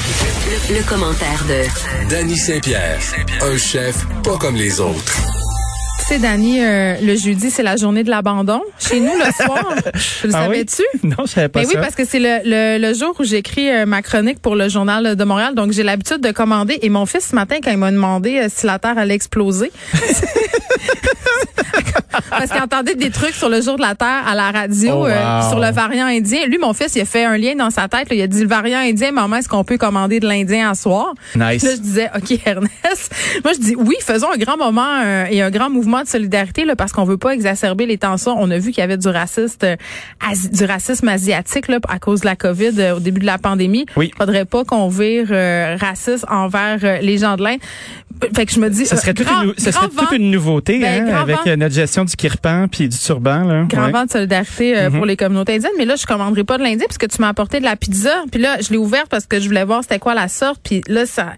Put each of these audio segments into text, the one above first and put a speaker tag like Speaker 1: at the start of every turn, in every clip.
Speaker 1: Le, le commentaire de
Speaker 2: Danny Saint-Pierre, un chef pas comme les autres.
Speaker 3: C'est Dani, euh, le jeudi, c'est la journée de l'abandon. Chez nous, le soir, tu le
Speaker 4: Ah oui?
Speaker 3: savais-tu?
Speaker 4: Non, je savais pas
Speaker 3: Mais
Speaker 4: ça.
Speaker 3: oui, parce que c'est le, le- le jour où j'écris euh, ma chronique pour le journal de Montréal. Donc, j'ai l'habitude de commander. Et mon fils, ce matin, quand il m'a demandé euh, si la Terre allait exploser, parce qu'il entendait des trucs sur le jour de la Terre à la radio,
Speaker 4: Oh,
Speaker 3: euh,
Speaker 4: wow.
Speaker 3: sur le variant indien. Lui, mon fils, il a fait un lien dans sa tête. là. Il a dit, le variant indien, maman, est-ce qu'on peut commander de l'indien à soir?
Speaker 4: Nice.
Speaker 3: Là, je disais, OK, Ernest. Moi, je dis, oui, faisons un grand moment euh, et un grand mouvement de solidarité là, parce qu'on veut pas exacerber les tensions. On a vu qu'il y avait du, raciste, euh, asi- du racisme asiatique là, à cause de la COVID euh, au début de la pandémie.
Speaker 4: Oui.
Speaker 3: faudrait pas qu'on vire euh, raciste envers euh, les gens de l'Inde. Fait que je me dis,
Speaker 4: Ce serait,
Speaker 3: euh,
Speaker 4: toute,
Speaker 3: grand-
Speaker 4: une, nou- ce
Speaker 3: grand
Speaker 4: serait toute
Speaker 3: vent-
Speaker 4: une nouveauté
Speaker 3: Ben,
Speaker 4: hein,
Speaker 3: grand
Speaker 4: avec
Speaker 3: vent.
Speaker 4: euh, notre gestion du kirpan puis du turban. Là.
Speaker 3: Grand
Speaker 4: Ouais. Mm-hmm.
Speaker 3: vent de solidarité euh, pour les communautés indiennes. Mais là, je commanderai pas de l'Indien parce que tu m'as apporté de la pizza. Puis là, je l'ai ouverte parce que je voulais voir c'était quoi la sorte. Puis là, ça,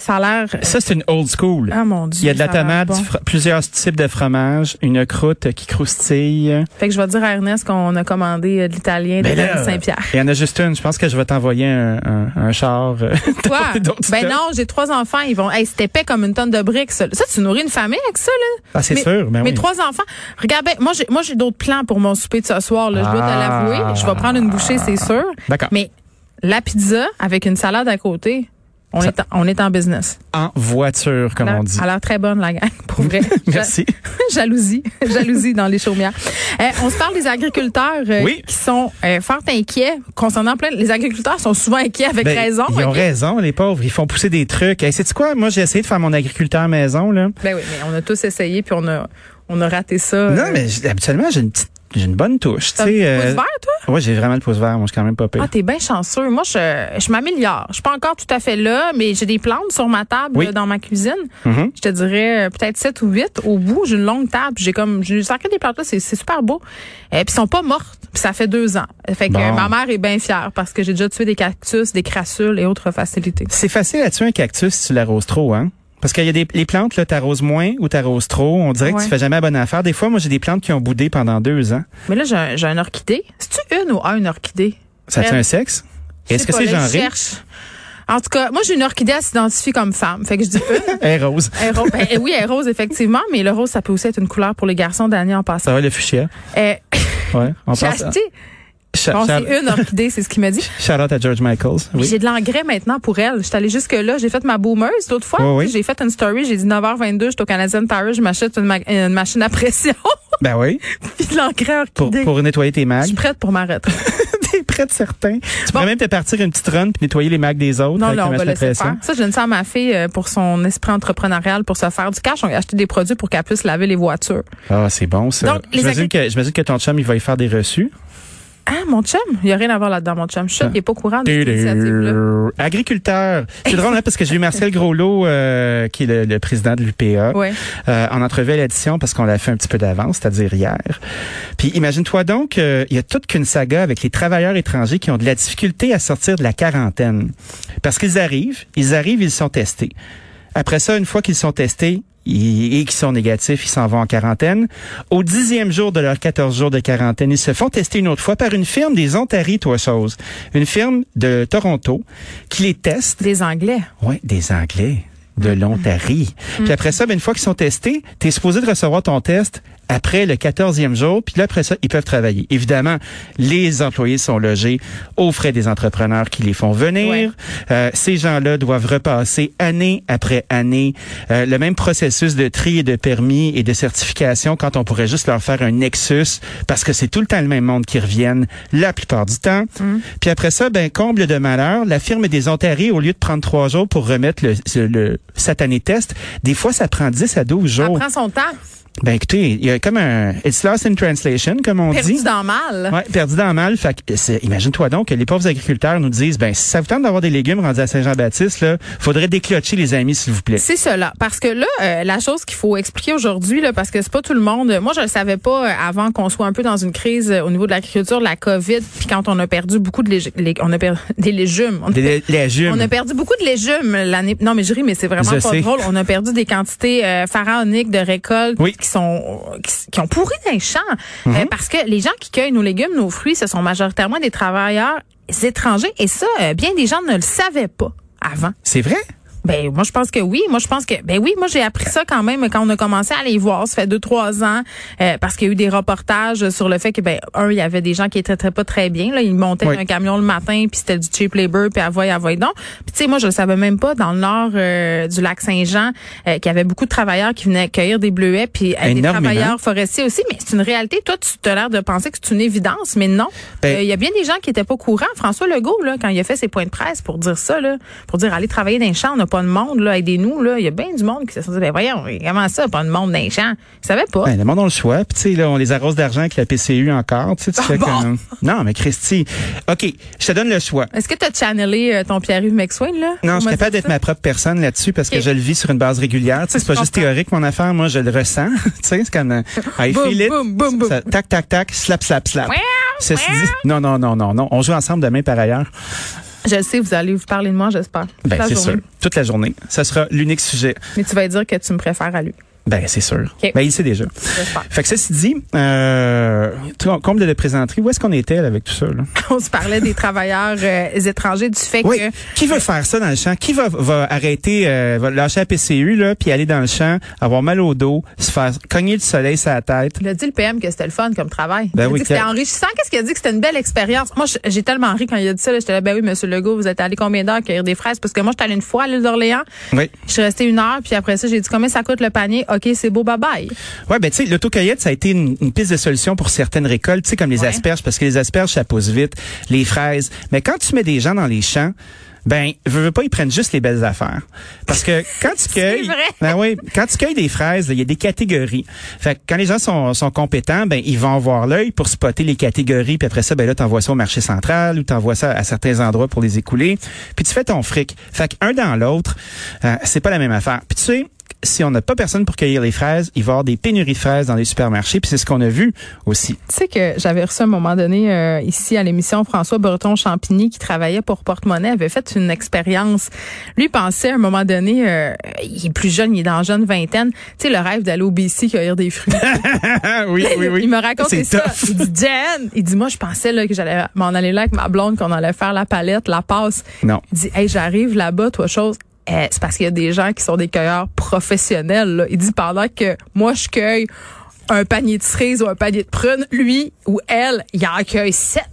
Speaker 3: ça a l'air... euh,
Speaker 4: Ça, c'est une old school.
Speaker 3: Ah mon Dieu.
Speaker 4: Il y a de la
Speaker 3: ça a l'air bon.
Speaker 4: tomate, du fro- plusieurs types de fromage, une croûte qui croustille.
Speaker 3: Fait que je vais dire à Ernest qu'on a commandé euh, de l'italien de
Speaker 4: Ben là,
Speaker 3: Saint-Pierre.
Speaker 4: Il y en a juste une. Je pense que je vais t'envoyer un, un- un char. euh,
Speaker 3: Quoi?
Speaker 4: t'as d'autres
Speaker 3: Ben
Speaker 4: idées?
Speaker 3: non, j'ai trois enfants, ils vont. Hey, c'était épais comme une tonne de briques. Ça, Ça, tu nourris une famille avec ça, là?
Speaker 4: Ah, c'est
Speaker 3: Mais-
Speaker 4: sûr. Ben
Speaker 3: Mes
Speaker 4: oui.
Speaker 3: trois enfants. Regarde, ben, moi, j'ai, moi, j'ai d'autres plans pour mon souper de ce soir, là. Je dois
Speaker 4: Ah.
Speaker 3: te l'avouer. Je vais prendre une bouchée, c'est sûr.
Speaker 4: D'accord.
Speaker 3: Mais la pizza avec une salade à côté, on,
Speaker 4: Ça-
Speaker 3: est, en, on est en business.
Speaker 4: En voiture, comme
Speaker 3: Elle a-
Speaker 4: on dit.
Speaker 3: Elle a l'air très bonne, la gang, pour vrai.
Speaker 4: Merci.
Speaker 3: Jalousie, jalousie dans les chaumières. Euh, on se parle des agriculteurs euh,
Speaker 4: Oui.
Speaker 3: qui sont euh, fort inquiets concernant plein. Les agriculteurs sont souvent inquiets avec
Speaker 4: Ben,
Speaker 3: raison.
Speaker 4: Ils ont
Speaker 3: ok?
Speaker 4: raison, les pauvres. Ils font pousser des trucs. Hey, sais-tu quoi? Moi, j'ai essayé de faire mon agriculteur maison, là.
Speaker 3: Ben oui, mais on a tous essayé puis on a on a raté ça. euh,
Speaker 4: Non, mais j'- habituellement, j'ai une petite, j'ai une bonne touche. Tu
Speaker 3: T'as le
Speaker 4: sais,
Speaker 3: pouce
Speaker 4: euh,
Speaker 3: vert, toi?
Speaker 4: ouais, j'ai vraiment le pouce vert. Moi, je suis quand même pas pire.
Speaker 3: Ah, t'es bien chanceux. Moi, je, je m'améliore. Je suis pas encore tout à fait là, mais j'ai des plantes sur ma table
Speaker 4: Oui.
Speaker 3: là, dans ma cuisine.
Speaker 4: Mhm.
Speaker 3: Je te dirais euh, peut-être 7 ou 8 au bout. J'ai une longue table. J'ai comme, j'ai sacré des plantes là. C'est c'est super beau. Et puis, ils sont pas mortes. Puis, ça fait deux ans. Fait que
Speaker 4: Bon.
Speaker 3: euh, ma mère est bien fière parce que j'ai déjà tué des cactus, des crassules et autres facilités.
Speaker 4: C'est facile à tuer un cactus si tu l'arroses trop, hein? Parce qu'il y a des les plantes, là, t'arroses moins ou t'arroses trop. On dirait que
Speaker 3: Ouais.
Speaker 4: tu fais jamais la bonne affaire. Des fois, moi, j'ai des plantes qui ont boudé pendant deux ans.
Speaker 3: Mais là, j'ai un, j'ai un orchidée. C'est-tu une ou un orchidée?
Speaker 4: Ça tient
Speaker 3: Elle-
Speaker 4: un sexe?
Speaker 3: Je
Speaker 4: Est-ce
Speaker 3: sais
Speaker 4: que
Speaker 3: pas,
Speaker 4: c'est
Speaker 3: là, je
Speaker 4: genré?
Speaker 3: cherche. En tout cas, moi, j'ai une orchidée, elle s'identifie comme femme. Fait que je dis une.
Speaker 4: Hey, rose.
Speaker 3: Elle est ro- elle- oui, elle est rose, effectivement, mais le rose, ça peut aussi être une couleur pour les garçons d'année en passant.
Speaker 4: Ça va, le fuchsia.
Speaker 3: Euh,
Speaker 4: Ouais. On
Speaker 3: j'ai
Speaker 4: pense.
Speaker 3: acheté.
Speaker 4: Cha-
Speaker 3: Bon,
Speaker 4: cha-
Speaker 3: c'est une orchidée, c'est ce qu'il m'a dit.
Speaker 4: Shout out à George Michaels.
Speaker 3: Puis
Speaker 4: Oui.
Speaker 3: J'ai de l'engrais maintenant pour elle. Je suis allée jusque-là. J'ai fait ma boomeuse l'autre fois.
Speaker 4: Oui, oui.
Speaker 3: Tu sais, J'ai fait une story. J'ai dit 9h22, je suis au Canadian Tire, je m'achète une, ma- une machine à pression.
Speaker 4: Ben oui.
Speaker 3: Puis de l'engrais
Speaker 4: Pour,
Speaker 3: orchidée.
Speaker 4: pour nettoyer tes
Speaker 3: Je suis
Speaker 4: mags.
Speaker 3: prête pour ma retraite.
Speaker 4: T'es prêt de certain. Tu
Speaker 3: Bon.
Speaker 4: pourrais même te partir une petite run puis nettoyer les mags des autres.
Speaker 3: Non,
Speaker 4: avec
Speaker 3: là,
Speaker 4: ta
Speaker 3: on va
Speaker 4: machine à
Speaker 3: laisser faire.
Speaker 4: pression.
Speaker 3: Ça, je donne ça à ma fille euh, pour son esprit entrepreneurial, pour se faire du cash. On a acheté des produits pour qu'elle puisse laver les voitures.
Speaker 4: Ah, c'est bon, ça.
Speaker 3: Donc, les
Speaker 4: J'imagine
Speaker 3: agri-
Speaker 4: que, j'imagine que ton chum, il va y faire des reçus.
Speaker 3: Ah, mon chum, il y a rien à voir là-dedans, mon chum.
Speaker 4: Hein.
Speaker 3: Chut, il est pas au courant de cette initiative-là.
Speaker 4: Agriculteur. C'est drôle, hein, parce que j'ai eu Marcel Groslot, euh, qui est le, le président de l'UPA,
Speaker 3: Ouais.
Speaker 4: euh, en entrevue à l'édition parce qu'on l'a fait un petit peu d'avance, c'est-à-dire hier. Puis imagine-toi donc, euh, il y a toute qu'une saga avec les travailleurs étrangers qui ont de la difficulté à sortir de la quarantaine. Parce qu'ils arrivent, ils arrivent, ils sont testés. Après ça, une fois qu'ils sont testés ils- et qu'ils sont négatifs, ils s'en vont en quarantaine. Au dixième jour de leurs 14 jours de quarantaine, ils se font tester une autre fois par une firme des Ontaries, toi chose. Une firme de Toronto qui les teste.
Speaker 3: Des Anglais.
Speaker 4: Oui, des Anglais de l'Ontarie. Puis après ça, ben, une fois qu'ils sont testés, tu es supposé de recevoir ton test après le 14e jour, puis là, après ça, ils peuvent travailler. Évidemment, les employés sont logés aux frais des entrepreneurs qui les font venir.
Speaker 3: Ouais.
Speaker 4: Euh, ces gens-là doivent repasser année après année euh, le même processus de tri et de permis et de certification quand on pourrait juste leur faire un nexus parce que c'est tout le temps le même monde qui reviennent la plupart du temps.
Speaker 3: Hum.
Speaker 4: Puis après ça, ben comble de malheur, la firme des Ontaries, au lieu de prendre trois jours pour remettre le, le satané test, des fois, ça prend 10 à 12
Speaker 3: Elle
Speaker 4: jours.
Speaker 3: prend son temps.
Speaker 4: Ben écoutez, il y a comme un... It's lost in translation, comme on
Speaker 3: Perdu
Speaker 4: dit.
Speaker 3: dans mal.
Speaker 4: Ouais, perdu dans le mal. Fait que c'est- imagine-toi donc que les pauvres agriculteurs nous disent, ben, si ça vous tente d'avoir des légumes rendus à Saint-Jean-Baptiste, là, faudrait déclocher les amis, s'il vous plaît.
Speaker 3: C'est cela. Parce que là, euh, la chose qu'il faut expliquer aujourd'hui, là, parce que c'est pas tout le monde. Moi, je le savais pas euh, avant qu'on soit un peu dans une crise euh, au niveau de l'agriculture, de la COVID, puis quand on a perdu beaucoup de lég- lég- on a perdu des légumes. On a
Speaker 4: Des lé- légumes.
Speaker 3: On a perdu beaucoup de légumes l'année. Non, mais je ris, mais c'est vraiment
Speaker 4: Je
Speaker 3: pas
Speaker 4: sais.
Speaker 3: drôle. On a perdu des quantités euh, pharaoniques de récoltes
Speaker 4: Oui. Mhm.
Speaker 3: qui sont qui, qui ont pourri dans les champs Euh, parce que les gens qui cueillent nos légumes, nos fruits, ce sont majoritairement des travailleurs étrangers et ça, euh, bien des gens ne le savaient pas. avant.
Speaker 4: C'est vrai?
Speaker 3: Ben moi je pense que oui. Moi je pense que ben oui, moi j'ai appris ça quand même quand on a commencé à aller voir. Ça fait deux trois ans euh, parce qu'il y a eu des reportages sur le fait que ben un il y avait des gens qui étaient très pas très bien là. Ils montaient
Speaker 4: Oui.
Speaker 3: un camion le matin puis c'était du cheap labor puis avoye avoye donc. Puis tu sais moi je le savais même pas dans le nord euh, du lac Saint-Jean euh, qu'il y avait beaucoup de travailleurs qui venaient cueillir des bleuets puis euh, des
Speaker 4: Énormément.
Speaker 3: travailleurs forestiers aussi. Mais c'est une réalité. Toi tu te l'air de penser que c'est une évidence, mais non. Euh,
Speaker 4: Ben-
Speaker 3: Il y a bien des gens qui étaient pas courants. François Legault là quand il a fait ses points de presse pour dire ça là, pour dire allez travailler dans les champs, on n'a pas de monde là, aidez-nous là. Il y a bien du monde qui se sont dit ben voyons comment ça pas de monde dans les champs. Ils savaient pas.
Speaker 4: Ben, le monde a le choix. Puis, tu sais, là, on les arrose d'argent avec la PCU encore. Tu sais, tu
Speaker 3: Ah,
Speaker 4: fais
Speaker 3: bon?
Speaker 4: comme- Non, mais Christy, OK, je te donne le choix.
Speaker 3: Est-ce que tu as channelé euh, ton Pierre-Yves Maxwell là
Speaker 4: Non,
Speaker 3: Pour
Speaker 4: je
Speaker 3: me
Speaker 4: suis capable
Speaker 3: dire
Speaker 4: d'être
Speaker 3: ça?
Speaker 4: ma propre personne là-dessus parce
Speaker 3: Ok.
Speaker 4: que je le vis sur une base régulière. Tu sais, c'est pas
Speaker 3: Je
Speaker 4: juste
Speaker 3: comprends.
Speaker 4: théorique, mon affaire. Moi, je le ressens. tu sais, c'est comme, euh, I
Speaker 3: Boum,
Speaker 4: feel it.
Speaker 3: boum, boum, boum.
Speaker 4: Ça- tac, tac, tac, slap, slap, slap.
Speaker 3: Miaou,
Speaker 4: Ceci
Speaker 3: miaou.
Speaker 4: dit, non, non, non, non, non. On joue ensemble demain par ailleurs.
Speaker 3: Je le sais, vous allez vous parler de moi, j'espère. toute
Speaker 4: Ben,
Speaker 3: la
Speaker 4: c'est sûr.
Speaker 3: journée.
Speaker 4: Toute la journée. Ça sera l'unique sujet.
Speaker 3: Mais tu vas dire que tu me préfères à lui.
Speaker 4: Ben, c'est sûr.
Speaker 3: Ok.
Speaker 4: Ben, il le sait déjà.
Speaker 3: J'espère.
Speaker 4: Fait que ceci dit, euh, tu- comble de plaisanterie, où est-ce qu'on était, là, avec tout ça, là?
Speaker 3: On se parlait des travailleurs euh, étrangers du fait
Speaker 4: Oui.
Speaker 3: que
Speaker 4: Qui veut faire ça dans le champ? Qui va, va arrêter, euh, va lâcher la PCU, là, puis aller dans le champ, avoir mal au dos, se faire cogner le soleil sur la tête?
Speaker 3: Il a dit le PM que c'était le fun comme travail.
Speaker 4: Ben
Speaker 3: il a
Speaker 4: oui,
Speaker 3: dit que c'était
Speaker 4: que-
Speaker 3: enrichissant. Qu'est-ce qu'il a dit que c'était une belle expérience? Moi, je- j'ai tellement ri quand il a dit ça. là. J'étais là, ben oui, monsieur Legault, vous êtes allé combien d'heures cueillir des fraises? Parce que moi, j'étais allé une fois à l'île d'Orléans.
Speaker 4: Oui.
Speaker 3: Je suis restée une heure, puis après ça, j'ai dit combien ça coûte le panier? OK, c'est beau, bye bye.
Speaker 4: Ouais, ben tu sais, l'autocueillette, ça a été une, une piste de solution pour certaines récoltes, tu sais, comme les
Speaker 3: Ouais.
Speaker 4: asperges, parce que les asperges, ça pousse vite, les fraises. Mais quand tu mets des gens dans les champs, ben, veux, veux pas, ils prennent juste les belles affaires. Parce que quand tu cueilles,
Speaker 3: vrai.
Speaker 4: ben oui, quand tu cueilles des fraises, là, il y a des catégories. Fait que quand les gens sont, sont compétents, ben, ils vont avoir l'œil pour spotter les catégories, puis après ça, ben là, t'envoies ça au marché central ou t'envoies ça à certains endroits pour les écouler. Puis tu fais ton fric. Fait qu'un dans l'autre, euh, c'est pas la même affaire. Puis tu sais, si on n'a pas personne pour cueillir les fraises, il va y avoir des pénuries de fraises dans les supermarchés, puis c'est ce qu'on a vu aussi.
Speaker 3: Tu sais que j'avais reçu à un moment donné euh, ici à l'émission François Breton Champigny qui travaillait pour Porte-Monnaie avait fait une expérience. Lui il pensait à un moment donné, euh, il est plus jeune, il est dans la jeune vingtaine, tu sais le rêve d'aller au BC cueillir des fruits.
Speaker 4: Ah oui,
Speaker 3: Il me raconte
Speaker 4: C'est
Speaker 3: ça.
Speaker 4: tough.
Speaker 3: Il dit Jen, il dit moi je pensais là que j'allais m'en aller là avec ma blonde qu'on allait faire la palette, la passe.
Speaker 4: Non.
Speaker 3: Il dit hey j'arrive là-bas toi chose. Eh, c'est parce qu'il y a des gens qui sont des cueilleurs professionnels. là. Il dit pendant que moi je cueille un panier de cerises ou un panier de prunes, lui ou elle, il en cueille sept.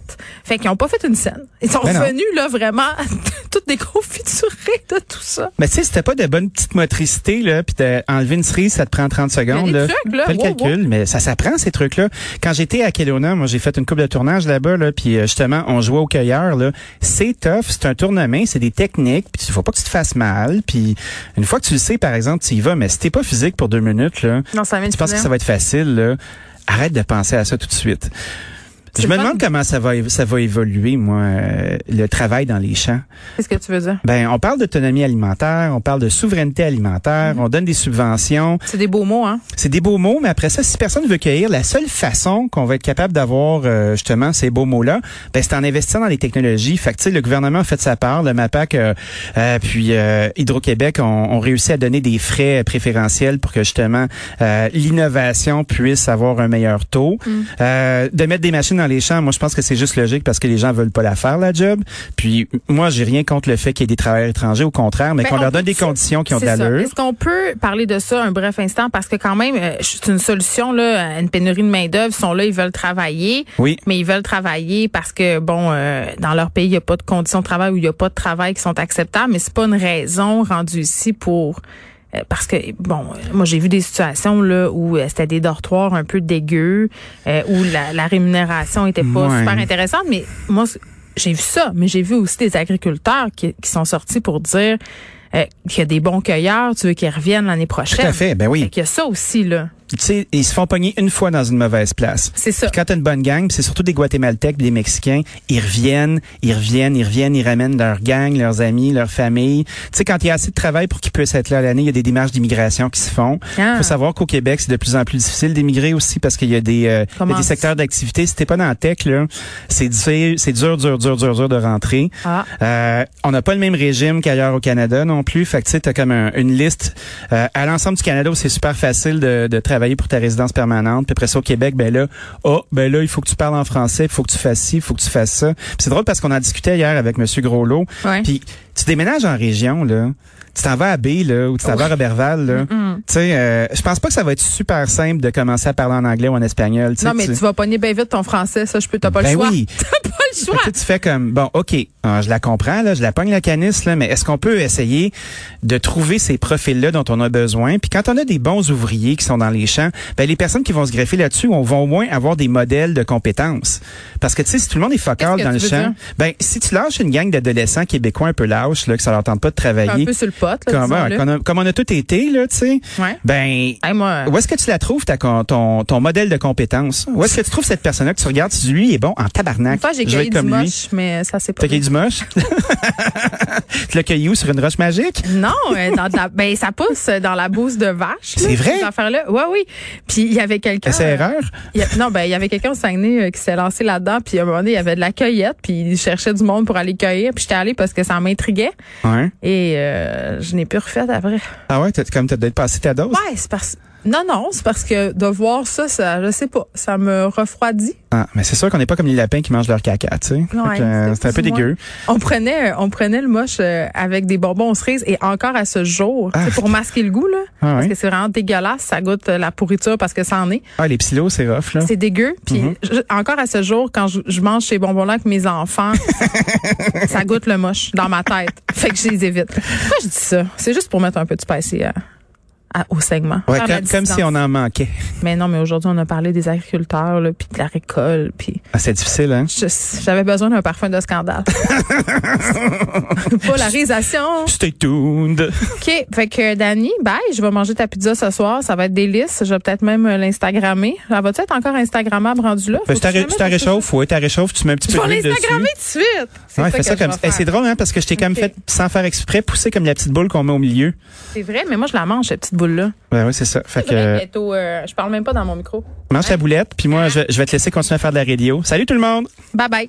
Speaker 3: Fait qu'ils ont pas fait une scène. Ils sont
Speaker 4: Ben non.
Speaker 3: venus là vraiment toutes déconfiturées de tout ça.
Speaker 4: Mais tu sais, c'était pas de bonne petite motricité, là, puis d'enlever une cerise, ça te prend 30 secondes.
Speaker 3: Il y a des
Speaker 4: là.
Speaker 3: trucs, là.
Speaker 4: Fais le
Speaker 3: Wow,
Speaker 4: calcul, mais ça s'apprend, ces trucs-là. Quand j'étais à Kelowna, moi, j'ai fait une coupe de tournage là-bas, là, puis euh, justement, on jouait au cueilleur, là. C'est tough, c'est un tournement, c'est des techniques, puis il faut pas que tu te fasses mal, puis une fois que tu le sais, par exemple, tu y vas, mais si t'es pas physique pour deux minutes, là,
Speaker 3: Non, ça vient de
Speaker 4: tu penses que
Speaker 3: finir.
Speaker 4: ça va être facile, là, arrête de penser à ça tout de suite.
Speaker 3: C'est
Speaker 4: Je me
Speaker 3: le fun.
Speaker 4: demande comment ça va, évo- ça va évoluer, moi, euh, le travail dans les champs.
Speaker 3: Qu'est-ce que tu veux dire?
Speaker 4: Ben, on parle d'autonomie alimentaire, on parle de souveraineté alimentaire, on donne des subventions.
Speaker 3: C'est des beaux mots, hein?
Speaker 4: C'est des beaux mots, mais après ça, si personne veut cueillir, la seule façon qu'on va être capable d'avoir euh, justement ces beaux mots-là, ben, c'est en investissant dans les technologies. Fait que, tu sais, le gouvernement a fait sa part, le MAPAC, euh, euh, puis euh, Hydro-Québec ont, ont réussi à donner des frais préférentiels pour que justement euh, l'innovation puisse avoir un meilleur taux.
Speaker 3: Mm.
Speaker 4: Euh, de mettre des machines dans les champs, moi, je pense que c'est juste logique parce que les gens veulent pas la faire, la job. Puis moi, j'ai rien contre le fait qu'il y ait des travailleurs étrangers, au contraire, mais
Speaker 3: Ben,
Speaker 4: qu'on
Speaker 3: on
Speaker 4: leur donne des
Speaker 3: peut-tu-
Speaker 4: conditions qui ont de
Speaker 3: C'est ça.
Speaker 4: l'allure.
Speaker 3: Est-ce qu'on peut parler de ça un bref instant parce que quand même euh, c'est une solution là à une pénurie de main d'œuvre, ils sont là, ils veulent travailler.
Speaker 4: Oui.
Speaker 3: Mais ils veulent travailler parce que bon euh, dans leur pays, il n'y a pas de conditions de travail ou il n'y a pas de travail qui sont acceptables, mais c'est pas une raison rendue ici pour euh, parce que bon, euh, moi j'ai vu des situations là où euh, c'était des dortoirs un peu dégueux, euh, où la, la rémunération était pas
Speaker 4: Ouais.
Speaker 3: super intéressante, mais moi j'ai vu ça, mais j'ai vu aussi des agriculteurs qui, qui sont sortis pour dire euh, qu'il y a des bons cueilleurs, tu veux qu'ils reviennent l'année prochaine.
Speaker 4: Tout à fait, ben oui.
Speaker 3: Fait qu'il y a ça aussi là.
Speaker 4: tu sais, ils se font pogner une fois dans une mauvaise place.
Speaker 3: C'est ça.
Speaker 4: Puis quand t'as une bonne gang, puis c'est surtout des Guatémaltèques, puis des Mexicains, ils reviennent, ils reviennent, ils reviennent, ils ramènent leur gang, leurs amis, leur famille. Tu sais, quand il y a assez de travail pour qu'ils puissent être là l'année, il y a des démarches d'immigration qui se font.
Speaker 3: Ah.
Speaker 4: Faut savoir qu'au Québec, c'est de plus en plus difficile d'émigrer aussi parce qu'il y a des, euh, il y a
Speaker 3: Comment
Speaker 4: des
Speaker 3: ça?
Speaker 4: secteurs d'activité. Si t'es pas dans la tech, là, c'est difficile- c'est dur, dur, dur, dur, dur de rentrer.
Speaker 3: Ah.
Speaker 4: Euh, on n'a pas le même régime qu'ailleurs au Canada non plus. Fait que tu sais, t'as comme un- une liste. Euh, à l'ensemble du Canada, où c'est super facile de, de travailler pour ta résidence permanente. Puis après ça, au Québec, ben là, oh, ben là, il faut que tu parles en français, il faut que tu fasses ci, il faut que tu fasses ça. Puis c'est drôle parce qu'on en discutait hier avec Monsieur Groslot.
Speaker 3: Ouais.
Speaker 4: Puis Tu déménages en région, là. Tu t'en vas à B, là, ou tu t'en vas à Roberval, là. Tu sais, euh, je pense pas que ça va être super simple de commencer à parler en anglais ou en espagnol. sais,
Speaker 3: Non, mais tu vas pogner bien vite ton français, ça, je peux, t'as pas le
Speaker 4: Ben
Speaker 3: choix.
Speaker 4: oui.
Speaker 3: T'as pas le
Speaker 4: Fait que,
Speaker 3: choix.
Speaker 4: tu sais, tu fais comme bon, ok, hein, je la comprends là, je la pogne la canisse là, mais est-ce qu'on peut essayer de trouver ces profils là dont on a besoin Puis quand on a des bons ouvriers qui sont dans les champs, ben les personnes qui vont se greffer là-dessus, on va au moins avoir des modèles de compétences. Parce que tu sais, si tout le monde est focal
Speaker 3: Qu'est-ce que
Speaker 4: dans le
Speaker 3: tu veux
Speaker 4: champ,
Speaker 3: dire?
Speaker 4: ben si tu lâches une gang d'adolescents québécois un peu lâches là, que ça leur tente pas de
Speaker 3: Ben, Un
Speaker 4: travailler,
Speaker 3: peu sur le pot, là,
Speaker 4: comme,
Speaker 3: disons-le.
Speaker 4: comme on a- comme on a tout été là, tu sais,
Speaker 3: Ouais.
Speaker 4: ben
Speaker 3: Hey, moi,
Speaker 4: où est-ce que tu la trouves, ta, con- ton, ton modèle de compétence? Où est-ce que tu trouves cette personne-là que tu regardes, tu dis, lui, il est bon en tabarnak.
Speaker 3: une fois, j'ai
Speaker 4: je
Speaker 3: cueilli
Speaker 4: vais être
Speaker 3: du
Speaker 4: comme lui.
Speaker 3: moche, mais ça, c'est pas.
Speaker 4: T'as cueilli du moche? tu l'as cueilli où, sur une roche magique?
Speaker 3: Non, euh, dans de la- ben ça pousse euh, dans la bouse de vache. là,
Speaker 4: C'est vrai?
Speaker 3: Ces affaires-là, ouais, oui. Puis il y avait quelqu'un.
Speaker 4: C'est
Speaker 3: euh,
Speaker 4: erreur?
Speaker 3: il y a- non, ben il y avait quelqu'un au Saguenay euh, qui s'est lancé là-dedans. Puis à un moment donné, il y avait de la cueillette. Puis il cherchait du monde pour aller cueillir. Puis j'étais allée parce que ça m'intriguait.
Speaker 4: Ouais.
Speaker 3: Et euh, je n'ai plus refait après.
Speaker 4: Ah ouais, t'as, comme t'as peut-être passé ta dose?
Speaker 3: Ouais, c'est parce. Non, non, c'est parce que de voir ça, ça, je sais pas, ça me refroidit.
Speaker 4: Ah, mais c'est sûr qu'on n'est pas comme les lapins qui mangent leur caca, tu sais. Fait que, euh, c'est un peu
Speaker 3: plus ou moins.
Speaker 4: dégueu.
Speaker 3: On prenait, euh, on prenait le moche euh, avec des bonbons aux cerises et encore à ce jour, tu sais,
Speaker 4: Ah.
Speaker 3: pour masquer le goût là,
Speaker 4: Ah
Speaker 3: parce
Speaker 4: ouais.
Speaker 3: que c'est vraiment dégueulasse, ça goûte euh, la pourriture parce que ça en est.
Speaker 4: Ah, Mm-hmm. les psylos, c'est rough, là.
Speaker 3: C'est dégueu. Puis je- encore à ce jour, quand je, je mange ces bonbons-là avec mes enfants, ça goûte le moche dans ma tête. Fait que je les évite. Pourquoi je dis ça? C'est juste pour mettre un peu de spicy euh, à- au segment.
Speaker 4: Ouais,
Speaker 3: Faire la
Speaker 4: comme, comme si
Speaker 3: distance.
Speaker 4: on en manquait.
Speaker 3: Mais non, mais aujourd'hui, on a parlé des agriculteurs, là, puis de la récolte, puis
Speaker 4: Ah, c'est difficile, hein?
Speaker 3: je- j'avais besoin d'un parfum de scandale. Polarisation.
Speaker 4: Stay tuned.
Speaker 3: OK. Fait que, Dani, bye. Je vais manger ta pizza ce soir. Ça va être délice. Je vais peut-être même euh, l'Instagrammer. Elle va-tu être encore Instagrammable rendue là?
Speaker 4: Ben,
Speaker 3: Faut
Speaker 4: je t'en
Speaker 3: que je
Speaker 4: ré- je t'en
Speaker 3: mette quelque chose.
Speaker 4: réchauffe, ouais, t'en réchauffe, tu mets un petit
Speaker 3: Je
Speaker 4: peu
Speaker 3: vais
Speaker 4: de l'huile dessus.
Speaker 3: l'Instagrammer tout de suite. C'est
Speaker 4: Ouais,
Speaker 3: ça
Speaker 4: fais ça
Speaker 3: que je
Speaker 4: comme
Speaker 3: vais
Speaker 4: ça. Eh,
Speaker 3: faire.
Speaker 4: c'est drôle, hein, parce que je t'ai comme
Speaker 3: Ok.
Speaker 4: fait, sans faire exprès, pousser comme la petite boule qu'on met au milieu.
Speaker 3: C'est vrai, mais moi, je la mange, cette petite boule-là.
Speaker 4: Ben oui, c'est ça. Fait que, euh,
Speaker 3: Bientôt, euh, je parle même pas dans mon micro. Hein?
Speaker 4: mange ta boulette, puis moi, je, je vais te laisser continuer à faire de la radio. Salut tout le monde!
Speaker 3: Bye bye.